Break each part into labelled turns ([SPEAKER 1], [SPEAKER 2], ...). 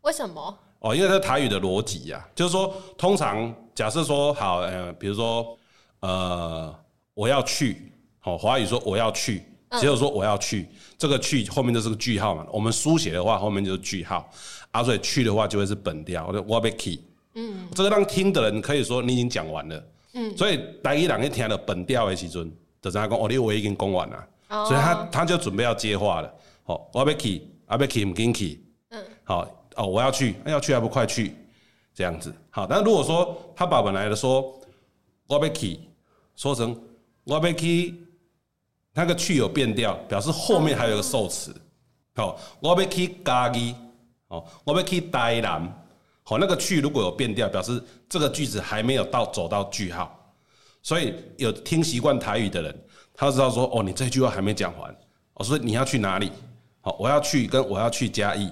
[SPEAKER 1] 为什么？
[SPEAKER 2] 哦，因为这台语的逻辑呀，就是说，通常假设说好，呃，比如说，呃，我要去，哦，华语说我要去，只有说我要去，这个去后面就是个句号嘛。我们书写的话，后面就是句号，啊，所以去的话就会是本调，我被 key。嗯，这个让听的人可以说你已经讲完了。嗯，所以台语人去听了本调的时阵，就知道讲哦，你我已经讲完了，
[SPEAKER 1] 哦
[SPEAKER 2] 所以他他就准备要接话了。哦，我要去，啊，要去唔紧去。好哦，我要去，那要去还不快去，这样子。好，但如果说他把本来的说我被去，说成我被去，那个去有变调，表示后面还有一个受词。好，我被去家己，哦，我被去台南。好，那个去如果有变调，表示这个句子还没有到走到句号。所以有听习惯台语的人，他知道说哦，你这句话还没讲完，我说你要去哪里？好，我要去跟我要去嘉义，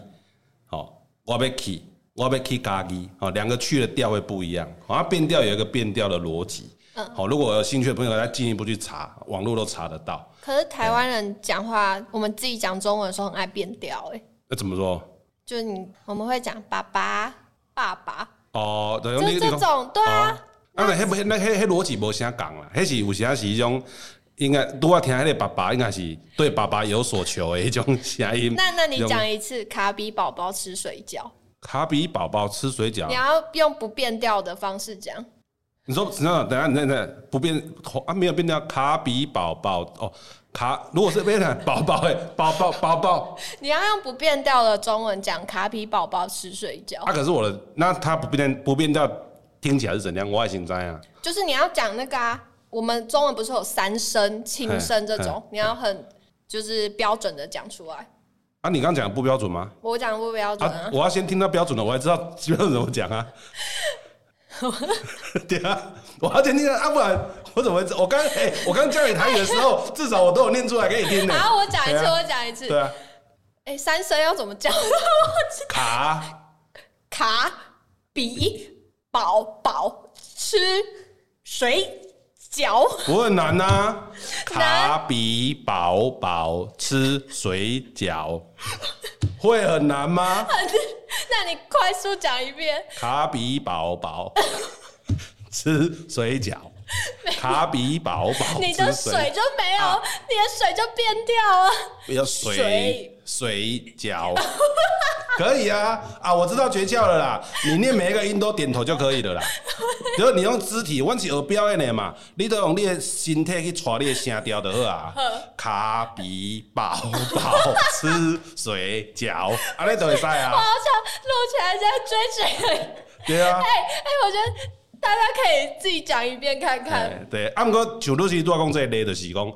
[SPEAKER 2] 好，我要去，我要去嘉义，好，两个去的调会不一样，好，它变调有一个变调的逻辑。好，如果有兴趣的朋友，再进一步去查，网络都查得到。
[SPEAKER 1] 可是台湾人讲话，我们自己讲中文的时候很爱变调诶、
[SPEAKER 2] 那怎么说？
[SPEAKER 1] 就你我们会讲爸爸、爸爸，
[SPEAKER 2] 哦，对，
[SPEAKER 1] 就
[SPEAKER 2] 你
[SPEAKER 1] 这
[SPEAKER 2] 你说
[SPEAKER 1] 种，对啊。
[SPEAKER 2] 啊，那迄不那迄迄逻辑无啥讲啦，迄是有时啊是迄种，应该拄我听迄个爸爸应该是对爸爸有所求的迄种声音。
[SPEAKER 1] 那那你
[SPEAKER 2] 用
[SPEAKER 1] 讲一次，卡比宝宝吃水饺，
[SPEAKER 2] 卡比宝宝吃水饺
[SPEAKER 1] 你，要用不变调的方式讲。
[SPEAKER 2] 你说等一下等一下你等一下不变啊没有变掉卡比宝宝哦卡如果是变成宝宝哎宝宝宝宝
[SPEAKER 1] 你要用不变调的中文讲卡比宝宝吃水饺，
[SPEAKER 2] 啊可是我的那它不变不变掉听起来是怎样？我也想知啊。
[SPEAKER 1] 就是你要讲那个啊，我们中文不是有三声、轻声这种，你要很就是标准的讲出来。
[SPEAKER 2] 啊你刚刚讲的不标准吗？
[SPEAKER 1] 我讲不标准
[SPEAKER 2] 啊
[SPEAKER 1] 啊，
[SPEAKER 2] 我要先听到标准的我才知道 标准怎么讲啊。 对啊，我要先听到啊不然我怎么会知我刚哎、 我刚教你台语的时候至少我都有念出来给你听的。
[SPEAKER 1] 好，我讲一次，
[SPEAKER 2] 对啊
[SPEAKER 1] 我讲一次
[SPEAKER 2] 对，啊，
[SPEAKER 1] 哎，三声要怎么讲？
[SPEAKER 2] 卡
[SPEAKER 1] 卡比宝宝吃水饺，
[SPEAKER 2] 不会很难呐、卡比宝宝吃水饺，会很难吗？
[SPEAKER 1] 那你快速讲一遍。
[SPEAKER 2] 卡比宝宝吃水饺，卡比宝宝
[SPEAKER 1] 你
[SPEAKER 2] 吃
[SPEAKER 1] 的
[SPEAKER 2] 水
[SPEAKER 1] 水就没有，
[SPEAKER 2] 啊
[SPEAKER 1] 你的水就变掉啊了。
[SPEAKER 2] 比较水水饺， 可以啊啊！我知道诀窍了啦，你念每一个音都点头就可以了啦。 就是你用肢体，我是学表演的嘛，你都用你的身体去传你的声调就好啊。卡比宝宝吃水饺，安尼就会使
[SPEAKER 1] 我好
[SPEAKER 2] 啊，
[SPEAKER 1] 想录起来在追追人。
[SPEAKER 2] 对啊。
[SPEAKER 1] 哎哎，我觉得大家可以自己讲一遍看看。
[SPEAKER 2] 哎对，啊，毋过像你是拄讲这个例，就是讲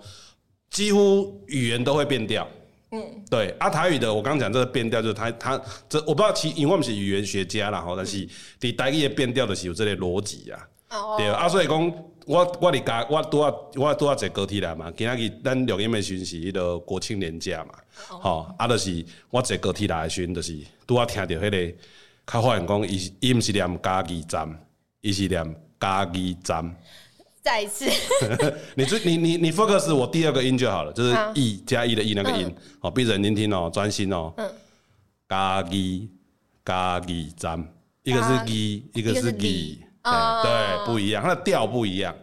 [SPEAKER 2] 几乎语言都会变调。嗯，对，啊，台语的我刚刚讲这个变调，就是它它这我不知道其，因为我们是语言学家啦吼，但是伫台语的变调就是有这个逻辑啊。
[SPEAKER 1] 哦，
[SPEAKER 2] 对啊，所以讲我我伫家我拄啊我拄啊坐高铁来嘛，今仔日咱录音的时阵是迄个国庆年假嘛，吼、啊，就是我坐高铁来的时阵，就是拄啊听到迄、个，较发现讲伊伊毋是念嘉义站，伊是念嘉义站。
[SPEAKER 1] 再一次，
[SPEAKER 2] 你最你你你 focus 我第二个音就好了，就是
[SPEAKER 1] 好
[SPEAKER 2] e 加 e 的 e 那个音，好闭着眼睛听哦，专心哦。
[SPEAKER 1] 嗯
[SPEAKER 2] 嘎叽嘎叽张，一个
[SPEAKER 1] 嘎
[SPEAKER 2] 是一，一个
[SPEAKER 1] 一个
[SPEAKER 2] 是
[SPEAKER 1] 是
[SPEAKER 2] 一
[SPEAKER 1] 哩，
[SPEAKER 2] 对
[SPEAKER 1] 哦
[SPEAKER 2] 对，不一样，它的调不一样，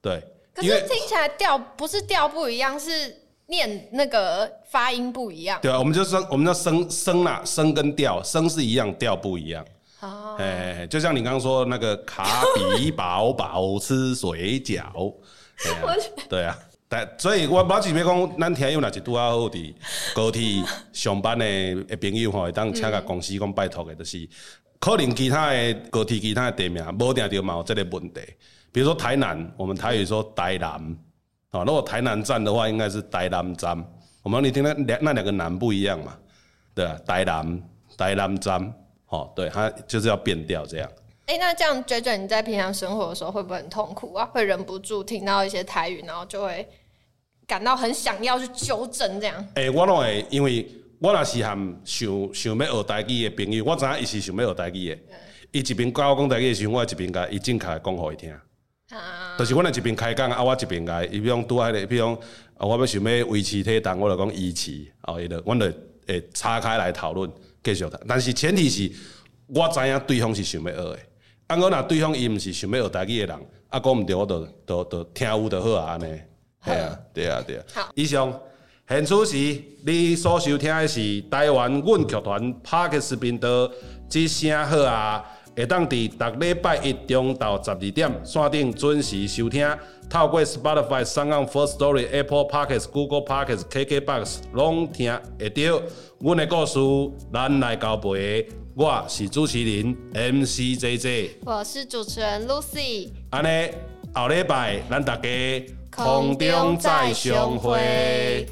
[SPEAKER 2] 对，
[SPEAKER 1] 可
[SPEAKER 2] 因为
[SPEAKER 1] 是听起来调不是调不一样，是念那个发音不一样。
[SPEAKER 2] 对啊，我们就声我们叫声声啦，声跟调声是一样，调不一样。
[SPEAKER 1] 哦，
[SPEAKER 2] 哎，就像你刚刚说的那个卡比宝宝吃水饺，对啊
[SPEAKER 1] 我觉，
[SPEAKER 2] 对啊。但所以，我马是要讲，咱听友若是拄啊好伫高铁上班的的朋友吼，会当请甲公司讲拜托的，就是可能其他的高铁其他的地名无定着嘛有这个问题。比如说台南，我们台语说台南，哦，如果台南站的话，应该是台南站。我们你听那两那两个南不一样嘛，对啊，台南台南站，哦，对，它就是要变调这样。
[SPEAKER 1] 哎，那这样 j j 你在平常生活的时候会不会很痛苦啊？会忍不住听到一些台语，然后就会感到很想要去纠正这样。
[SPEAKER 2] 诶、我拢会，因为我若是含想想要学台语的朋友，我知影伊是想要学台语的。伊一边教我讲台语的时候，我一边甲伊正确地讲互伊听。
[SPEAKER 1] 啊，
[SPEAKER 2] 就是我若一边开讲啊，我一边甲伊，比如讲拄仔迄个，比如讲啊，我要想要维持体重，我就讲维持，哦，伊就，阮就会岔开来讨论，继续谈。但是前提是，我知影对方是想要学的。啊，我若对方伊毋是想要学台语的人，啊，讲毋对，我就就就听有就好啊，安尼。系啊，对啊，对啊。
[SPEAKER 1] 好
[SPEAKER 2] 以上现此时你所收听的是台湾阮剧团 Parkes 频道之声好啊，会当伫逐礼拜一中到十二点线顶准时收听。透过 Spotify、s o u n First Story、Apple Parkes、Google Parkes、KKBox 拢听会到。阮的故事，咱来交陪。我是主持人 MC JJ，
[SPEAKER 1] 我是主持人 Lucy。
[SPEAKER 2] 安尼后礼拜咱大家
[SPEAKER 1] 空中再相会。